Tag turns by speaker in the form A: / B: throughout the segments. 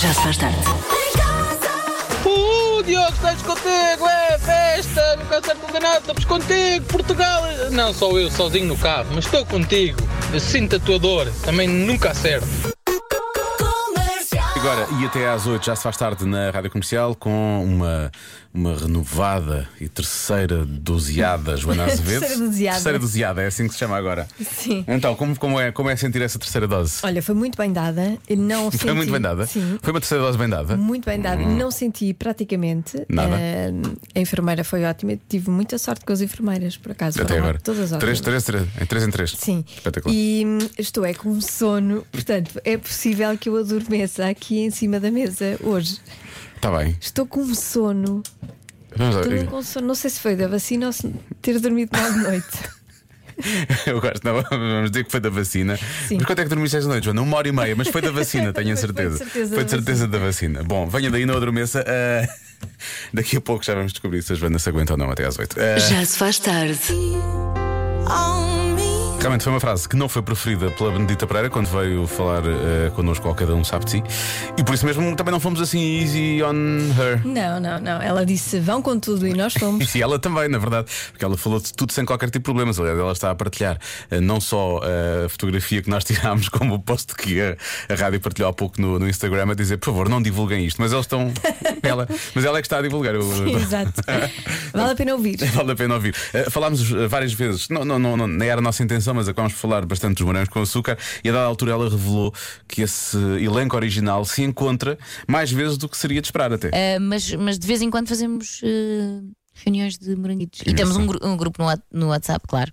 A: Já se faz tarde.
B: Uh, Diogo, estás contigo, é festa, no concerto do Renato, estamos contigo, Portugal. Não sou eu sozinho no carro, mas estou contigo. Eu sinto a tua dor, também nunca acerto.
C: Agora, e até às 8 já se faz tarde na Rádio Comercial com uma, uma renovada e terceira doseada Joana Azevedo.
D: Terceira doseada.
C: Terceira doseada, é assim que se chama agora.
D: Sim.
C: Então, como, como, é, como é sentir essa terceira dose?
D: Olha, foi muito bem dada. Não
C: Foi
D: senti-
C: muito bem dada?
D: Sim.
C: Foi uma terceira dose bem dada?
D: Muito bem dada. Não senti praticamente.
C: Nada.
D: Eh, a enfermeira foi ótima. Tive muita sorte com as enfermeiras, por acaso.
C: Até
D: Foram
C: agora.
D: Todas ótimas.
C: Três, três, três, em três em três.
D: Sim.
C: Espetacular.
D: E hum, estou é com um sono. Portanto, é possível que eu adormeça aqui em cima da mesa hoje.
C: Está Tá bem.
D: Estou com um sono.
C: Vamos lá.
D: Estou mesmo com sono. Não sei se foi da vacina ou se ter dormido mal de noite.
C: Eu gosto, não, vamos dizer que foi da vacina.
D: Sim.
C: Mas quanto é que dormiste esta noite, Joana? Uma hora e meia, mas foi da vacina, tenho a
D: Foi de
C: certeza.
D: certeza
C: Foi de
D: da
C: certeza da vacina. Bom, venha daí, não adormeça. Ah, daqui a pouco já vamos descobrir se a Joana se aguenta ou não até às oito. Ah,
A: É. Já se faz tarde.
C: realmente foi uma frase que não foi preferida pela Benedita Pereira quando veio falar ah, connosco ao Cada Um Sabe de Si. E por isso mesmo também não fomos assim easy on her.
D: Não, não, não. Ela disse: vão com tudo e nós fomos.
C: E ela também, na verdade, porque ela falou de tudo sem qualquer tipo de problemas. Aliás, ela está a partilhar eh, não só eh, a fotografia que nós tirámos, como o post que a, a rádio partilhou há pouco no, no Instagram a dizer, por favor, não divulguem isto. Mas eles estão. ela, mas ela é que está a divulgar. Eu-
D: Exato. Vale a pena ouvir.
C: Vale a pena ouvir. Eh, falámos eh, várias vezes, não, não, não, não, nem era a nossa intenção, mas acabámos de falar bastante dos morangos com açúcar e a dada altura ela revelou que esse elenco original se encontra mais vezes do que seria de esperar até.
E: Ah, mas, mas de vez em quando fazemos ah, reuniões de moranguitos. E temos um, gru- um grupo no, wa- no WhatsApp, claro.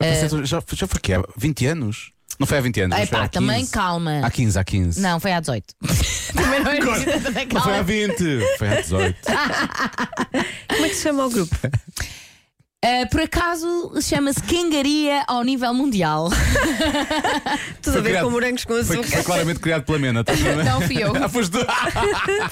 C: é, Já, já foi que há 20 anos? Não foi há 20 anos,
E: Ah,
C: mas foi
E: epá,
C: há 15.
E: também calma.
C: Há 15, há 15.
E: Não, foi há 18. Também não era também
C: Não foi há
E: calma.
C: 20, foi há 18.
D: Como é que se chama o grupo?
E: Ah, por acaso chama-se Cangaria ao nível mundial.
D: Tudo a ver
C: criado-
D: com morangos com
C: Foi,
D: açúcar.
C: foi claramente criado pela Mena, tá bem?
E: Não fui eu.
C: Ah, foste tu.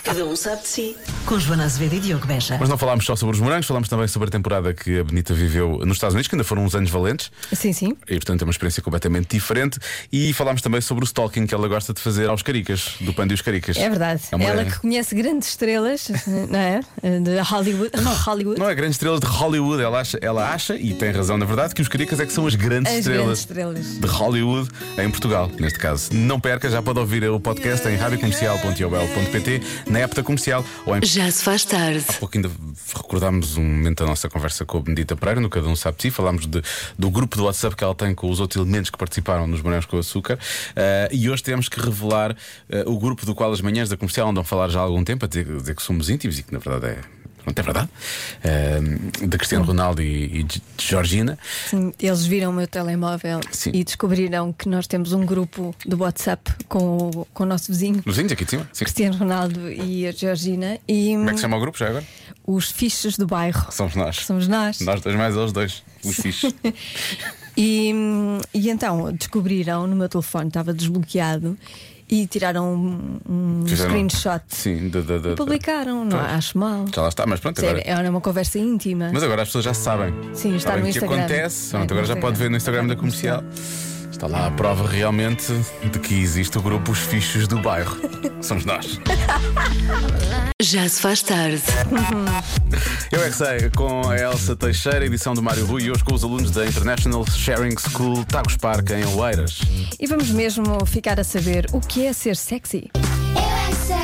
A: Cada um sabe de si. Com Joana Azevedo e Diogo Beja.
C: Mas não falámos só sobre os morangos, falámos também sobre a temporada que a Benita viveu nos Estados Unidos, que ainda foram uns anos valentes,
D: Sim, sim.
C: e portanto é uma experiência completamente diferente. E falámos também sobre o stalking que ela gosta de fazer aos caricas, do Pando e os Caricas.
D: É verdade.
C: É uma-
D: Ela que conhece grandes estrelas, não é? De Hollywood. Hollywood.
C: Não é grande estrela de Hollywood, ela acha, ela acha, e tem razão na verdade, que os caricas é que são as grandes
D: As grandes
C: estrelas.
D: estrelas.
C: de Hollywood em Portugal, neste caso. Não perca, já pode ouvir o podcast em radiocomercial.iobel.pt, na app da comercial ou em.
A: Já se faz tarde.
C: Há pouco ainda recordámos um momento da nossa conversa com a Benedita Pereira, no Cada Um Sabe de Si, falámos de- do grupo do WhatsApp que ela tem com os outros elementos que participaram nos Morangos com Açúcar eh, e hoje temos que revelar eh, o grupo do qual as manhãs da comercial andam a falar já há algum tempo, a dizer, a dizer que somos íntimos e que na verdade é. Não é verdade? Eh, de Cristiano Ronaldo e, e de Georgina.
D: Sim, eles viram o meu telemóvel
C: Sim.
D: e descobriram que nós temos um grupo do WhatsApp com o, com o nosso vizinho.
C: Nos índios aqui de cima. Sim.
D: Cristiano Ronaldo e a Georgina e hum,
C: Como é que se chama o grupo já agora?
D: os fichos do bairro.
C: Somos nós.
D: Somos nós.
C: Nós dois mais eles dois. Os fixos.
D: E, hum, e então descobriram no meu telefone, estava desbloqueado, e tiraram um, um
C: Fizeram-
D: screenshot.
C: Sim, da, da, da- da-
D: Publicaram, não
C: Pois. Então,
D: acho mal.
C: Já lá está, mas pronto,
D: Sério,
C: agora.
D: era uma conversa íntima.
C: Mas agora as pessoas já sabem.
D: Sim, está
C: Sabem
D: no
C: o que
D: Instagram.
C: acontece.
D: É,
C: Pronto, agora
D: no
C: já
D: Instagram.
C: pode ver no Instagram da comercial. Está lá a prova realmente de que existe o grupo Os Fichos do Bairro. Somos nós.
A: Já se faz tarde.
C: Eu é que sei, com a Elsa Teixeira, edição do Mário Rui, e hoje com os alunos da International Sharing School Tagus Park em Oeiras.
D: E vamos mesmo ficar a saber o que é ser sexy.
F: Eu é que sei,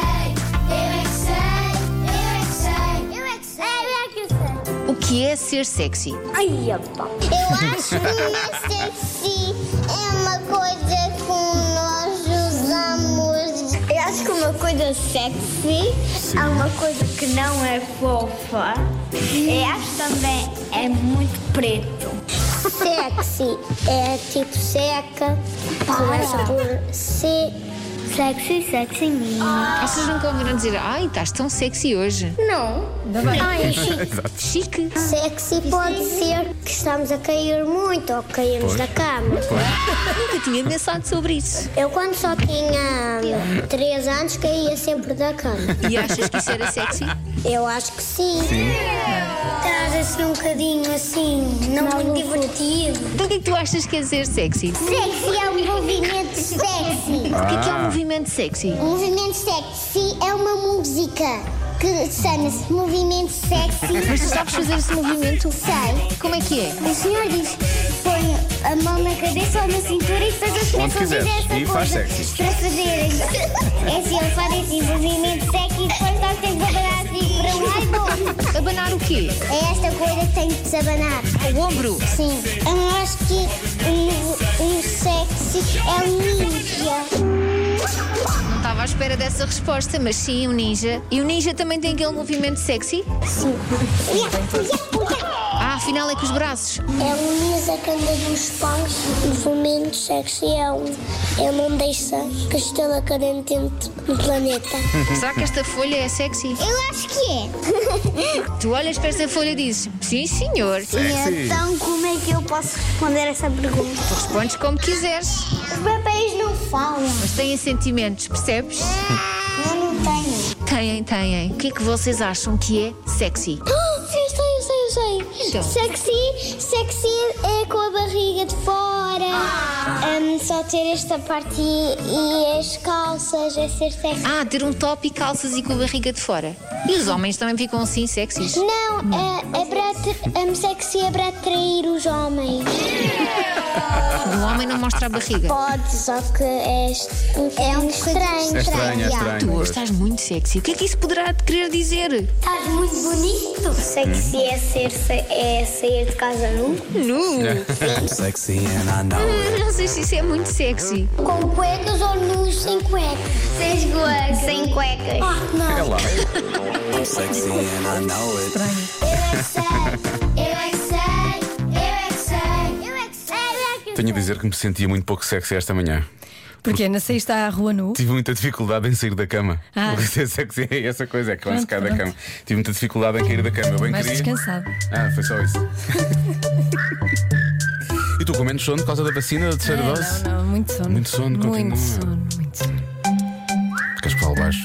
F: eu é que sei, eu é que sei, eu é que sei, eu é que sei.
E: O que é ser sexy?
F: Ai, opa. Eu acho que sexy é uma coisa que nós usamos. Eu acho que uma coisa sexy é uma coisa que não é fofa. Eu acho também é muito preto. Sexy é tipo seca, começa por se. Ah. Sexy, sexy mesmo.
G: Vocês nunca ouviram dizer, ai, estás tão sexy hoje.
F: Não. Ai,
G: Chique.
F: sexy pode ser que estamos a cair muito ou que caímos da cama.
G: Nunca tinha pensado sobre isso.
F: Eu quando só tinha 3 anos caía sempre da cama.
G: E achas que isso era sexy?
F: Eu acho que sim. Estás assim um bocadinho assim, não muito divertido.
G: Então o que é que tu achas que é dizer sexy?
F: Sexy é um movimento sexy.
G: O que é que é um movimento sexy?
F: Um movimento sexy sexy é uma música que chama-se Movimento Sexy.
G: Mas tu sabes fazer esse movimento?
F: Sei.
G: Como é que é?
F: O senhor diz: põe a mão na cabeça ou na cintura e depois eles começam a fazer
C: quiseres.
F: essa
C: E
F: coisa.
C: faz sexy.
F: Para fazerem. É assim, ele faz esse movimento sexy e depois dá tempo a parar assim para um lado e para o outro.
G: Abanar o quê?
F: É esta coisa que tem de se abanar.
G: É O ombro.
F: Sim. Eu acho que o, o sexy é um ninja.
G: Não estava à espera dessa resposta, mas sim, o ninja. E o ninja também tem aquele movimento sexy?
F: Sim.
G: Ah, afinal é com os braços.
F: É um ninja que anda dos paus. Movimento sexy é um. Ele não deixa que a estrela cadente entre no planeta.
G: Será que esta folha é sexy?
F: Eu acho que é.
G: Tu olhas para esta folha e dizes, sim senhor.
C: Sexy.
F: então, como é que eu posso responder essa pergunta?
G: Respondes como quiseres,
F: Os bebês não falam.
G: mas têm sentimentos, percebes?
F: Eu não tenho.
G: Têm, têm. O que é que vocês acham que é sexy?
F: Ah, Eu sei, eu sei, eu sei.
G: Então.
F: Sexy, sexy é com a barriga de fora. Ahm, só ter esta parte e, e as calças é ser sexy.
G: Ah, ter um top e calças e com a barriga de fora. E os homens também ficam assim sexys.
F: Não, é, é para atra- ahm, sexy é para atrair os homens.
G: O Um homem não mostra a barriga.
F: Pode, só que é, é um estranho.
C: É estranho, é estranho.
G: Tu hoje
C: pois.
G: estás muito sexy. O que é que isso poderá querer dizer?
F: Estás muito bonito. Sexy é, ser, é sair de casa nu.
G: Nu!
H: Sexy and I know.
G: Não sei se isso é muito sexy.
F: Com cuecas ou nus sem cuecas? Sem cuecas. Sem cuecas. Ah, não.
C: É lá.
H: I'm sexy and I know it.
F: Eu é que sei, eu é que sei, eu é que sei, eu é que sei, eu é que sei.
C: Tenho a dizer que me sentia muito pouco sexy esta manhã.
D: Porque na saíste à rua nu.
C: Tive muita dificuldade em sair da cama.
D: Ah.
C: Porque ser sexy é essa coisa, é quase
D: Pronto,
C: cair da
D: pronto.
C: cama. Tive muita dificuldade em cair da cama. Eu bem
D: Mais
C: queria.
D: descansado.
C: Ah, foi só isso. e tu com menos sono por causa da vacina da terceira dose?
D: É, não, não, muito sono.
C: Muito sono, continua.
D: Muito sono, muito sono.
C: Queres que fale baixo?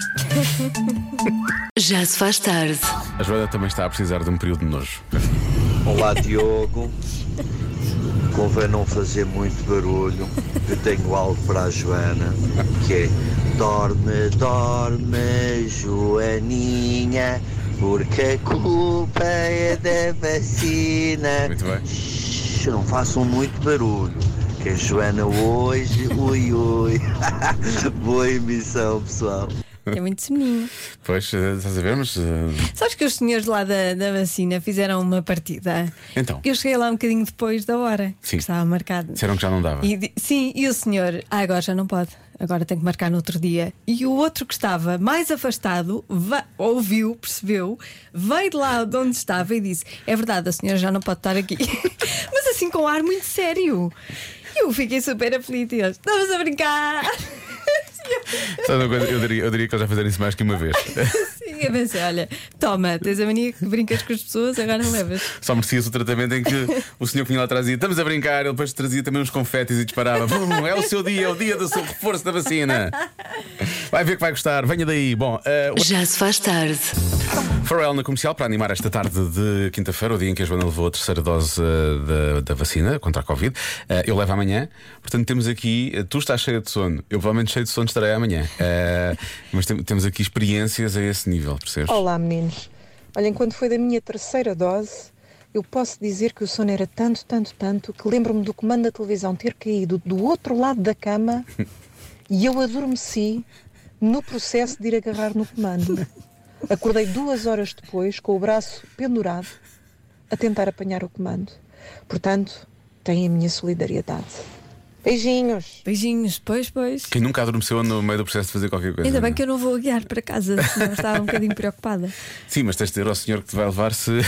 A: Já se faz tarde.
C: A Joana também está a precisar de um período de nojo.
I: Olá Diogo, convém não fazer muito barulho. Eu tenho algo para a Joana, que é dorme, dorme, Joaninha, porque a culpa é da vacina.
C: Muito bem.
I: Shhh, não façam muito barulho. Que a Joana hoje, ui ui. Boa emissão, pessoal.
D: É muito soninho.
C: Pois, eh, estás a ver, mas. eh,
D: Sabes que os senhores lá da, da vacina fizeram uma partida.
C: Então.
D: Eu cheguei lá um bocadinho depois da hora
C: Sim.
D: que estava marcada.
C: disseram que já não dava.
D: E di- sim, e o senhor, ah, agora já não pode, agora tem que marcar no outro dia. E o outro que estava mais afastado va- ouviu, percebeu, veio de lá de onde estava e disse: É verdade, a senhora já não pode estar aqui. Mas assim com um ar muito sério. E eu fiquei super aflita e eles: Estamos a brincar.
C: Sabe uma coisa? Eu diria, eu diria que eles já fizeram isso mais que uma vez.
D: Sim, assim, eu pensei: Olha, toma, tens a mania que brincas com as pessoas, agora levas.
C: Só merecia-se o tratamento em que o senhor que vinha lá trazia, estamos a brincar, ele depois trazia também uns confetes e disparava. Bum, é o seu dia, é o dia do seu reforço da vacina. Vai ver que vai gostar, venha daí. Bom, eh,
A: Já se faz tarde.
C: Farrell na comercial para animar esta tarde de quinta-feira, o dia em que a Joana levou a terceira dose eh, da, da vacina contra a Covid. Eh, eu levo amanhã, portanto temos aqui. eh, tu estás cheia de sono, eu provavelmente cheio de sono estarei amanhã. Eh, mas tem- temos aqui experiências a esse nível, percebes?
J: Olá, Ah, meninos. Olha, enquanto foi da minha terceira dose, eu posso dizer que o sono era tanto, tanto, tanto, que lembro-me do comando da televisão ter caído do outro lado da cama e eu adormeci no processo de ir agarrar no comando. Acordei duas horas depois, com o braço pendurado, a tentar apanhar o comando. Portanto, têm a minha solidariedade. Beijinhos!
D: Beijinhos, pois, pois.
C: Quem nunca adormeceu no meio do processo de fazer qualquer coisa?
D: Ainda bem
C: não é?
D: que eu não vou guiar para casa, senão estava um bocadinho preocupada.
C: Sim, mas tens de dizer ao senhor que te vai levar se.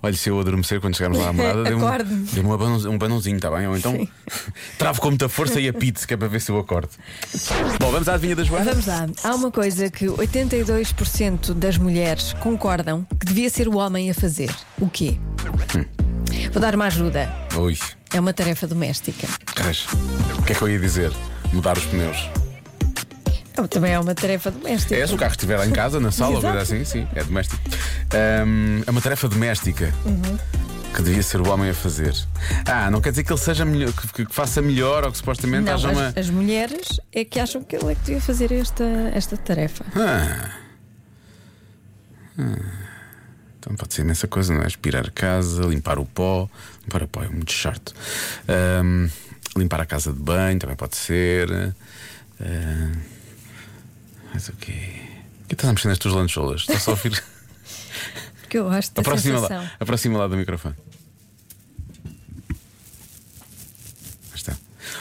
C: Olha, se eu adormecer quando chegarmos lá à morada, dê-me
D: Acorde-me.
C: dê um, abanão- um banãozinho, está bem? Ou então travo com muita força e apite, que é para ver se eu acordo. Bom, vamos à adivinha da Joana?
D: Vamos lá. Há uma coisa que 82% das mulheres concordam que devia ser o homem a fazer. O quê?
C: Hum.
D: Vou dar uma ajuda.
C: Ui,
D: É uma tarefa doméstica.
C: caralho. O que é que eu ia dizer? Mudar os pneus.
D: É- Também é uma tarefa doméstica.
C: É, se o carro estiver lá em
D: Uhum.
C: casa, na sala, ou coisa assim, sim, é doméstico. Ahm, é uma tarefa doméstica. que devia ser o homem a fazer. Ah, não quer dizer que ele seja melhor, que, que- que faça melhor ou que supostamente
D: Não, as,
C: haja uma.
D: as mulheres é que acham que ele é que devia fazer esta, esta tarefa.
C: Ah. Ah. Então pode ser imensa coisa, não é? Aspirar a casa, limpar o pó. Limpar o pó é muito chato. Ahm, limpar a casa de banho também pode ser. Ah, mas o quê? O que estás a mexer nas tuas lancholas? Estou só a ouvir.
D: Porque eu gosto da
C: aproxima
D: sensação.
C: lá, aproxima lá do microfone. Aí está.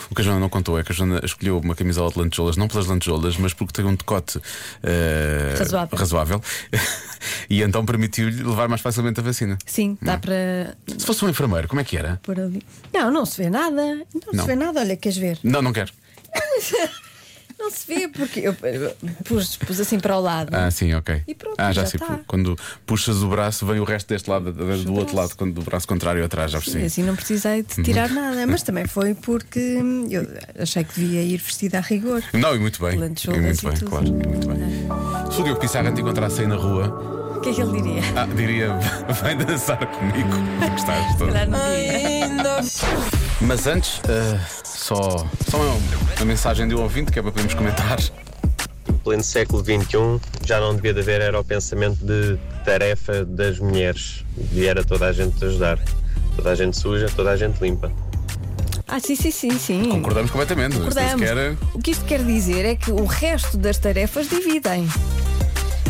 C: O que a Joana não contou é que a Joana escolheu uma camisola de lantejoulas, não pelas lantejoulas, mas porque tem um decote eh,
D: Razoável.
C: razoável. e então permitiu-lhe levar mais facilmente a vacina.
D: Sim,
C: Hum.
D: dá para
C: Se fosse um enfermeiro, como é que era?
D: pôr ali. Não, não se vê nada. Não,
C: Não.
D: se vê nada. Olha, queres ver?
C: Não, não quero.
D: Não se vê porque eu eu pus, pus assim para o lado.
C: Ah, sim, ok.
D: E pronto,
C: ah, já,
D: já
C: sei.
D: tá.
C: Quando puxas o braço, vem o resto deste lado, do outro lado, quando do braço contrário atrás, já
D: Sim,
C: percebi.
D: assim não precisei de
C: Uhum.
D: tirar nada, mas também foi porque hum, eu achei que devia ir vestida a rigor.
C: Não, e muito bem.
D: Lantejoulas
C: E muito
D: e
C: bem,
D: tudo. É.
C: claro. E muito bem. Se o Diogo Pissarra "Ah, te encontrasse aí na rua,
D: O que é que ele diria?
C: ah, diria: vem dançar comigo. Estás todo.
D: Calhar não diria.
C: Mas antes, eh, só, só uma, uma mensagem de um ouvinte que é para podermos comentar.
K: Em pleno século XXI já não devia de haver era o pensamento de tarefa das mulheres. Devia era toda a gente ajudar. Toda a gente suja, toda a gente limpa.
D: Ah, sim, sim, sim, sim.
C: Concordamos completamente. isto nem
D: Concordamos.
C: sequer-
D: O que isto quer dizer é que o resto das tarefas dividem.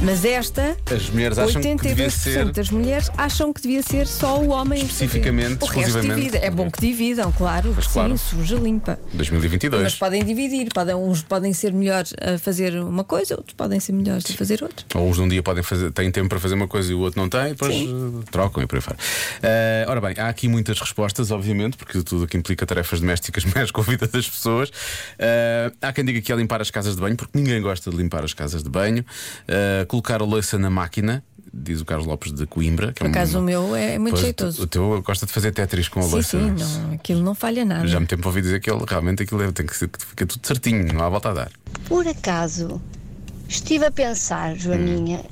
D: Mas esta,
C: As mulheres acham que devia
D: 82%
C: ser.
D: das mulheres acham que devia ser só o homem. a fazer.
C: Especificamente,
D: o resto
C: exclusivamente.
D: divide. É bom que dividam, claro.
C: Mas claro.
D: Sim, suja, limpa. Mas
C: 2022.
D: podem dividir, podem, uns podem ser melhores a fazer uma coisa, outros podem ser melhores a fazer outra.
C: Ou uns de um dia podem fazer, têm tempo para fazer uma coisa e o outro não tem, e depois eh, trocam e por aí fora. Eh, ora bem, há aqui muitas respostas, obviamente, porque tudo o que implica tarefas domésticas mexe com a vida das pessoas. Eh, há quem diga que é limpar as casas de banho, porque ninguém gosta de limpar as casas de banho. Eh, colocar a louça na máquina, diz o Carlos Lopes de Coimbra. Que
D: Por
C: é um-
D: acaso o meu é muito
C: Pois,
D: jeitoso.
C: O teu gosta de fazer Tetris com a
D: Sim,
C: louça.
D: sim, não, aquilo não falha nada.
C: Já me tempo ouvi dizer que ele realmente aquilo é, tem que ser- que fica tudo certinho, não há volta a dar.
L: Por acaso, estive a pensar, Joaninha,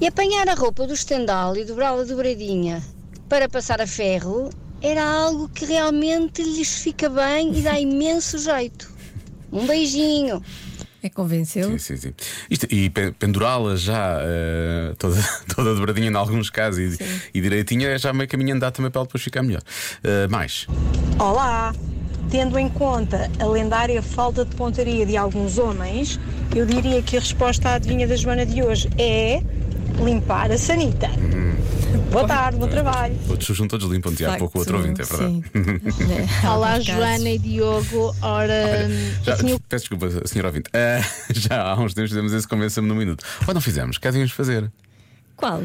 L: e apanhar a roupa do estendal e dobrá-la dobradinha para passar a ferro era algo que realmente lhes fica bem e dá imenso jeito. Um beijinho.
D: É convencê-lo?
C: Sim, sim. Isto- e pe- pendurá-la já eh, toda, toda dobradinha em alguns casos e, e direitinha é já meio caminho andar também para ela depois ficar melhor. Eh, mais.
M: Olá! Tendo em conta a lendária falta de pontaria de alguns homens, eu diria que a resposta à adivinha da Joana de hoje é limpar a sanita.
C: Hum.
M: Boa tarde, bom trabalho.
C: Outros sujam todos limpam-te há
M: Facto,
C: pouco outro ouvinte, é verdade.
N: Olá,
M: alguns casos.
N: Joana e Diogo. Ora,
C: Já-
N: assim, eu-
C: Peço desculpa, senhor ouvinte. Eh, já há uns tempos fizemos esse convença-me num minuto. Ou não fizemos, cá devíamos fazer.
D: Qual?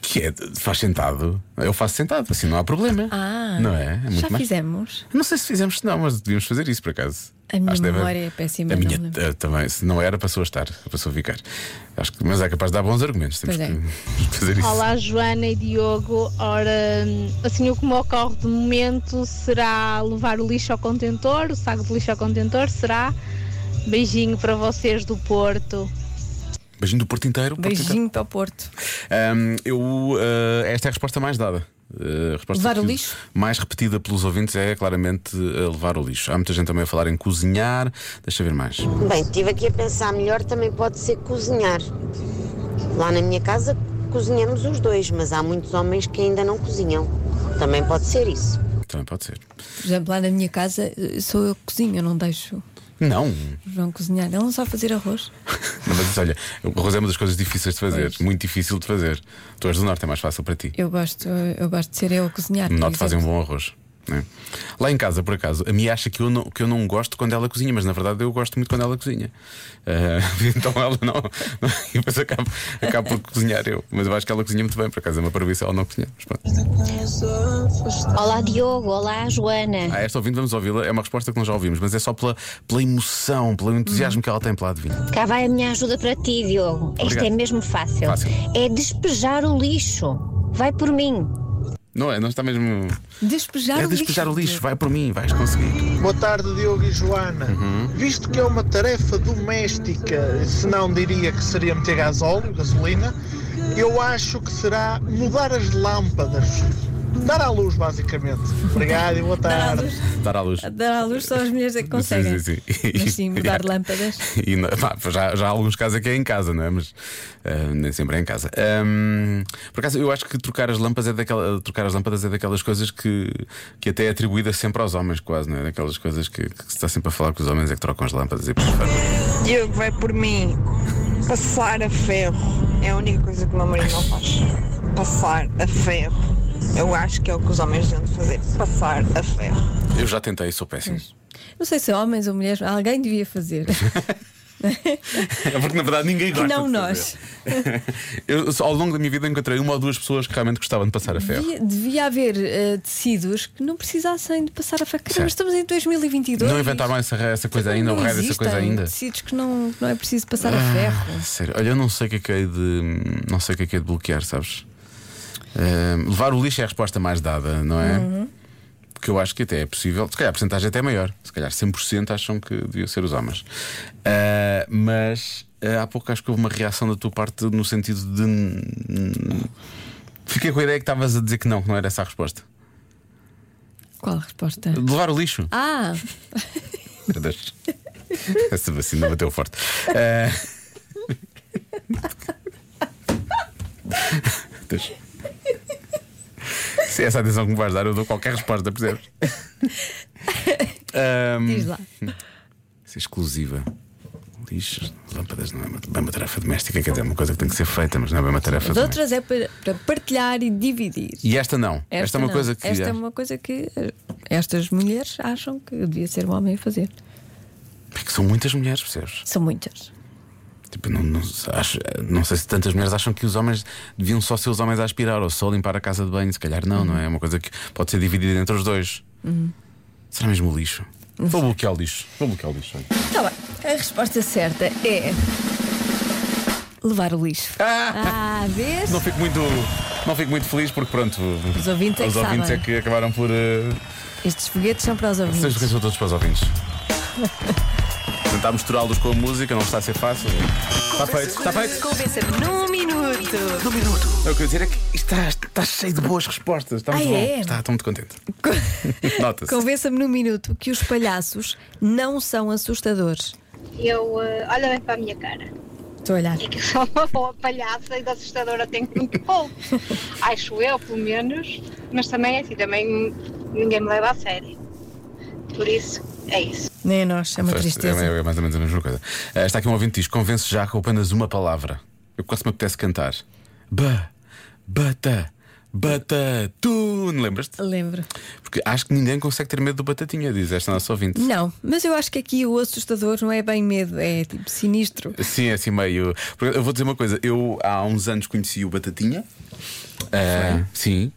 C: Que é, faz sentado. Eu faço sentado, assim não há problema.
D: Ah,
C: Não é? É muito
D: já
C: mais-
D: fizemos.
C: Não sei se fizemos, não, mas devíamos fazer isso por acaso.
D: A minha
C: Acho que deve-
D: memória é péssima.
C: A
D: não
C: minha
D: me lembro.
C: eh, também, se não era, passou a estar, passou a ficar. Acho que, mas é capaz de dar bons argumentos, temos
N: Pois é.
C: que fazer isso.
N: Olá, Joana e Diogo. Ora, assim, o que me ocorre de momento será levar o lixo ao contentor, o saco de lixo ao contentor. Será beijinho para vocês do Porto.
C: Beijinho do Porto inteiro. Porto inteiro.
D: para o Porto.
C: Ahm, eu, eh, esta é a resposta mais dada. Eh, a resposta
D: Levar o
C: que-
D: lixo?
C: Mais repetida pelos ouvintes é claramente eh, levar o lixo. Há muita gente também a falar em cozinhar. Deixa eu ver mais.
O: Bem, estive aqui a pensar melhor, também pode ser cozinhar. Lá na minha casa cozinhamos os dois, mas há muitos homens que ainda não cozinham. Também pode ser isso.
C: Também pode ser.
D: Por exemplo, lá na minha casa eh, sou eu que cozinho, eu não deixo
C: Não,
D: o João cozinhar. Ele não sabe fazer arroz.
C: Não, mas isso, olha, o arroz é uma das coisas difíceis de fazer, muito difícil de fazer. Tu és do norte, é mais fácil para ti.
D: Eu gosto, eh, eu gosto de ser eu a cozinhar.
C: No
D: por
C: norte fazem um
D: exemplo.
C: bom arroz. né? Lá em casa, por acaso, a minha acha que eu, não, que eu não gosto quando ela cozinha, mas na verdade eu gosto muito quando ela cozinha. Ah, então ela não. não e depois acabo, acabo por cozinhar eu. Mas eu acho que ela cozinha muito bem, por acaso é uma parvícia ela não cozinha. Mas pronto.
L: Olá, Diogo. Olá, Joana.
C: Ah, esta ouvinte, vamos ouvi-la. É uma resposta que nós já ouvimos, mas é só pela, pela emoção, pelo entusiasmo que ela tem pela adivinha.
L: Cá vai a minha ajuda para ti, Diogo. Isto
C: Obrigado.
L: é mesmo fácil.
C: Fácil.
L: É despejar o lixo. Vai por mim.
C: Não é? Não está mesmo.
D: Despejar
C: é despejar o lixo, vai por mim, vais conseguir.
P: Boa tarde, Diogo e Joana. Visto que é uma tarefa doméstica, se não diria que seria meter gasóleo, gasolina, eu acho que será mudar as lâmpadas. Dar à luz, basicamente. Obrigado e boa tarde.
C: Dar à luz.
D: Dar à luz só as mulheres é que conseguem.
C: Sim, sim, sim.
D: Mas sim, mudar lâmpadas.
C: E não- pá, já, já há alguns casos aqui é em casa, não é? Mas ah, nem sempre é em casa. Ahm, por acaso, eu acho que trocar as lâmpadas é, daquela, trocar as lâmpadas é daquelas coisas que, que até é atribuída sempre aos homens, quase, não é? Daquelas coisas que, que se está sempre a falar que os homens é que trocam as lâmpadas e por aí fora.
Q: Diogo vai por mim. Passar a ferro é a única coisa que o meu marido não faz. Passar a ferro. Eu acho que é o que os homens deviam fazer. Passar a ferro.
C: Eu já tentei, sou péssimo.
D: Não sei se homens ou mulheres, alguém devia fazer.
C: Porque na verdade ninguém gosta.
D: Não
C: de
D: nós.
C: fazer. Eu, só ao longo da minha vida encontrei uma ou duas pessoas que realmente gostavam de passar a ferro.
D: Devia, devia haver eh, tecidos que não precisassem de passar a faca. Caramba, estamos em 2022.
C: Não inventaram essa, essa coisa ainda,
D: Não
C: o raio dessa
D: existem
C: coisa ainda.
D: Tecidos que não, não é preciso passar a
C: Ah,
D: ferro.
C: sério. Olha, eu não sei o que é que hei de. Não sei o que é que hei de bloquear, sabes? Ahm, levar o lixo é a resposta mais dada, não é?
D: Uhum.
C: Porque eu acho que até é possível, se calhar a porcentagem até é maior, se calhar 100% acham que deviam ser os homens. Ah, mas ah, há pouco acho que houve uma reação da tua parte no sentido de. hum, Fiquei com a ideia que estavas a dizer que não, que não era essa a resposta.
D: Qual a resposta?
C: De levar o lixo.
D: Ah,
C: Meu Deus. Essa vacina bateu forte. Ah. Deus. Se é essa atenção que me vais dar, eu dou qualquer resposta, percebes? Ahm,
D: diz lá.
C: Isso é exclusiva. Lixos, lâmpadas não é uma- bem uma tarefa doméstica, quer dizer, é uma coisa que tem que ser feita, mas não é bem uma tarefa
D: As
C: doméstica.
D: outras é para, para partilhar e dividir.
C: E esta não. Esta, é uma
D: não.
C: coisa que.
D: Esta é uma coisa que eh, estas mulheres acham que devia ser um homem a fazer.
C: É que são muitas mulheres, percebes?
D: São muitas.
C: Tipo, não, não se- acho- não sei se tantas mulheres acham que os homens deviam só ser os homens a aspirar ou só limpar a casa de banho. Se calhar não, não é? É uma coisa que pode ser dividida entre os dois.
D: Uhum.
C: Será mesmo o lixo? Vou bloquear o lixo. Vou bloquear o lixo. olha.
D: Tá bem. A resposta certa é. Levar o lixo. Ah, vês?
C: Não fico muito, não fico muito feliz porque, pronto,
D: Os ouvintes é que
C: os ouvintes é
D: sabem.
C: que acabaram por. eh,
D: Estes foguetes são para os
C: Vocês
D: ouvintes.
C: que são todos para os ouvintes. Tentar misturá-los com a música não está a ser fácil. Está feito, está feito.
A: Convença-me num minuto. Num minuto.
C: O que eu ia dizer é que isto está, está cheio de boas respostas. Está muito
D: Ah,
C: bom.
D: é?
C: Está, estou muito contente. Nota-se.
D: Convença-me num minuto que os palhaços não são assustadores.
R: Eu, eh, olha bem para a minha cara.
D: Estou a olhar.
R: É que eu sou uma boa palhaça e de assustadora tenho muito pouco. Acho eu, pelo menos. Mas também é assim, também ninguém me leva a sério. Por isso, é isso.
D: Nem a nós, é uma
C: Pois,
D: tristeza.
C: É, é mais ou menos a mesma coisa. Ah, está aqui um ouvinte que diz: convence já com apenas uma palavra. Eu quase me apetece cantar. Ba, bata, bata, tu. Lembras-te?
D: Lembro.
C: Porque acho que ninguém consegue ter medo do batatinha, diz esta nossa ouvinte.
D: Não, mas eu acho que aqui o assustador não é bem medo, é tipo sinistro.
C: Sim, é assim meio. porque Eu vou dizer uma coisa: eu há uns anos conheci o Batatinha. Ah, sim.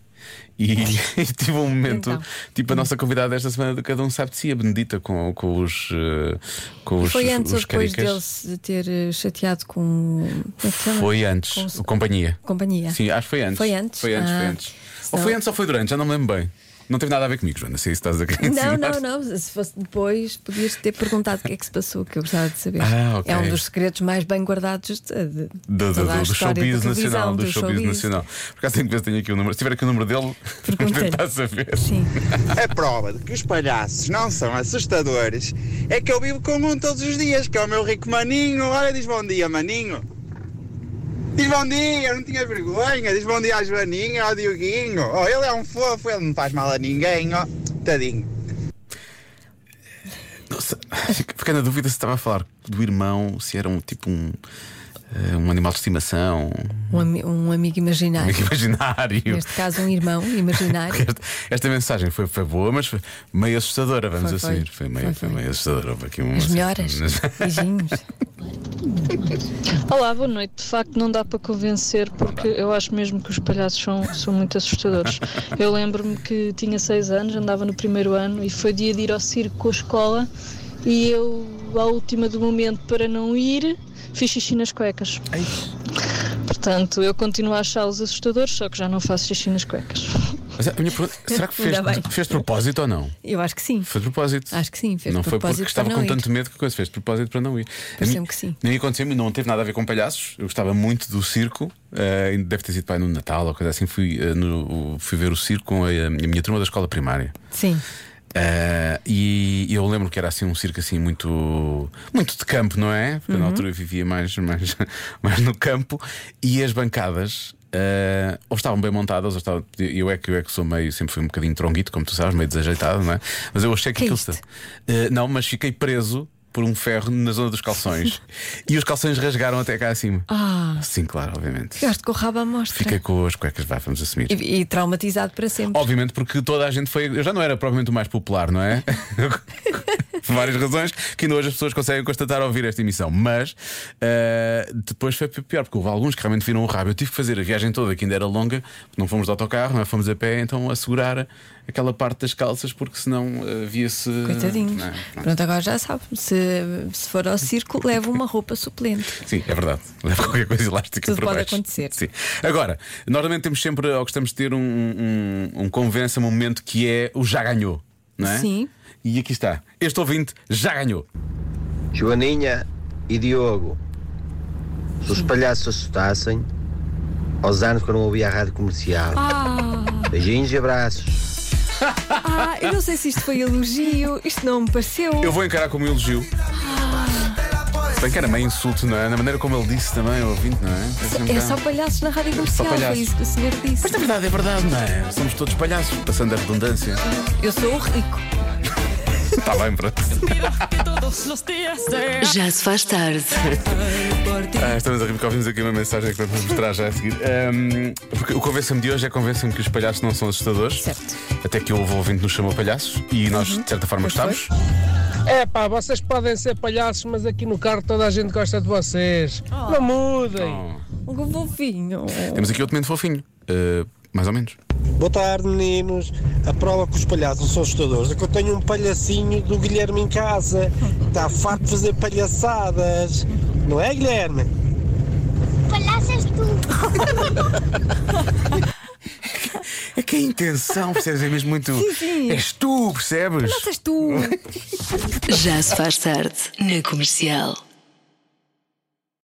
C: E, e tive um momento,
D: Então.
C: tipo a nossa convidada esta semana do Cada Um Sabe de Si, a Benedita, com, com os. eh, Com os
D: Foi antes ou
C: os
D: depois
C: caricas.
D: dele se ter eh, chateado com. como é que se chama?
C: Foi antes, o companhia.
D: Companhia.
C: Sim, acho que foi antes.
D: Foi antes?
C: Foi antes,
D: Ah.
C: foi antes. Ou
D: Não.
C: foi antes ou foi durante, já não me lembro bem. Não teve nada a ver comigo, Joana, se é isso que estás a querer
D: Não,
C: insinuar.
D: não, não. Se fosse depois, podias ter perguntado o que é que se passou, que eu gostava de saber.
C: Ah, ok.
D: É um dos segredos mais bem guardados de, de
C: Do, do,
D: toda a
C: do, do
D: história da
C: showbiz
D: televisão,
C: nacional, do, showbiz,
D: showbiz.
C: nacional. Por acaso tenho que ver se tenho aqui o número. Se tiver aqui o número dele, vamos tentar saber. Sim.
S: A prova de que os palhaços não são assustadores é que eu vivo com um todos os dias, que é o meu rico maninho. Olha, diz bom dia, maninho. Diz bom dia, eu não tinha vergonha. Diz bom dia à Joaninha, ao Dioguinho. Oh, ele é um fofo, ele não faz mal a ninguém. ó. Tadinho.
C: Nossa, fico- fiquei na dúvida se estava a falar do irmão, se era um tipo um, eh, um animal de estimação,
D: Um, ami- um amigo
C: um
D: imaginário.
C: amigo imaginário.
D: Neste caso, um irmão imaginário.
C: Porque Esta, esta mensagem foi, foi boa, mas foi meio assustadora, vamos
D: Foi, foi.
C: assumir. Foi, meio,
D: Foi,
C: foi,
D: foi.
C: meio assustadora. Houve aqui um-
D: As melhoras. Beijinhos.
T: Olá, boa noite. De facto, não dá para convencer porque eu acho mesmo que os palhaços são, são muito assustadores. Eu lembro-me que tinha seis anos, andava no primeiro ano e foi dia de ir ao circo com a escola e eu, à última do momento, para não ir, fiz xixi nas cuecas. Portanto, eu continuo a achá-los assustadores, só que já não faço xixi nas cuecas.
C: Mas a minha pergunta, será que fez,
D: Ainda bem.
C: fez de propósito ou não?
D: Eu acho que sim.
C: Foi de propósito.
D: Acho que sim, fez de
C: não foi porque
D: propósito
C: estava
D: para
C: com
D: não
C: tanto medo que a coisa fez de propósito para não ir. A
D: Pareceu-me
C: mim-
D: que sim.
C: A mim aconteceu-me, não teve nada a ver com palhaços. Eu gostava muito do circo. eh, deve ter sido pai no Natal ou coisa assim. Fui, eh, no- fui ver o circo com a, a minha turma da escola primária.
D: Sim.
C: Ah, e eu lembro que era assim um circo assim muito muito de campo, não é? Porque na
U: Uhum.
C: altura eu vivia mais, mais, mais no campo e as bancadas ah, ou estavam bem montadas, ou estavam, eu é que eu é que sou meio, sempre fui um bocadinho tronguito, como tu sabes, meio desajeitado, não é? Mas eu achei que,
V: Que é
C: aquilo Ah, não, mas fiquei preso por um ferro na zona dos calções e os calções rasgaram até cá acima.
D: Ah,
C: Sim, claro, obviamente.
D: ficaste com o rabo à mostra.
C: Fiquei com as cuecas, vá, vamos assumir.
D: E, e traumatizado para sempre.
C: Obviamente, porque toda a gente foi. Eu já não era propriamente o mais popular, não é? Por várias razões que ainda hoje as pessoas conseguem constatar ao ouvir esta emissão. Mas ah, depois foi pior, porque houve alguns que realmente viram o rabo. Eu tive que fazer a viagem toda, que ainda era longa, não fomos de autocarro, não é? fomos a pé, então assegurar aquela parte das calças, porque senão ah, via-se.
D: Coitadinhos.
C: Não é?
D: Pronto, agora já sabe. Se, se for ao circo, leva uma roupa suplente.
C: Sim, é verdade. Leva qualquer coisa elástica
D: Tudo
C: para
D: pode
C: baixo.
D: acontecer.
C: Sim. Agora, normalmente temos sempre, ou gostamos de ter um, um, um convença-me um momento que é o já ganhou, não é?
D: Sim.
C: E aqui está. Este ouvinte já ganhou.
W: Joaninha e Diogo, se os palhaços assustassem, aos anos que eu não ouvia a rádio comercial.
D: Ah,
W: Beijinhos e abraços.
D: ah, eu não sei se isto foi elogio, isto não me pareceu.
C: Eu vou encarar como um elogio. Se bem que era meio insulto, não é? Na maneira como ele disse também, o ouvinte, não é? Parece um
D: É
C: bocado-
D: só palhaços na rádio comercial, foi
C: palhaços.
D: isso que o senhor disse. Mas
C: na verdade é verdade, não é? Somos todos palhaços, passando a redundância.
D: Eu sou o rico.
C: Está bem, pronto.
A: Já se faz tarde.
C: Ah, estamos a rir porque ouvimos aqui uma mensagem que vamos mostrar já a seguir. Ahm, porque o convença-me de hoje é convença-me que os palhaços não são assustadores.
D: Certo. Uhum.
C: Até que houve um ouvinte que nos chamou palhaços e nós, de certa forma, estamos.
X: É pá, vocês podem ser palhaços, mas aqui no carro toda a gente gosta de vocês. Não mudem.
D: Um fofinho.
C: Temos aqui outro momento fofinho. Ah, mais ou menos.
X: Boa tarde, meninos. A prova que os palhaços não são assustadores é que eu tenho um palhacinho do Guilherme em casa. Está farto de fazer palhaçadas. Não é, Guilherme?
F: Palhaças tu.
C: É que a intenção, percebes? É mesmo muito.
A: Sim, sim.
C: És tu, percebes?
A: Já se faz tarde na comercial.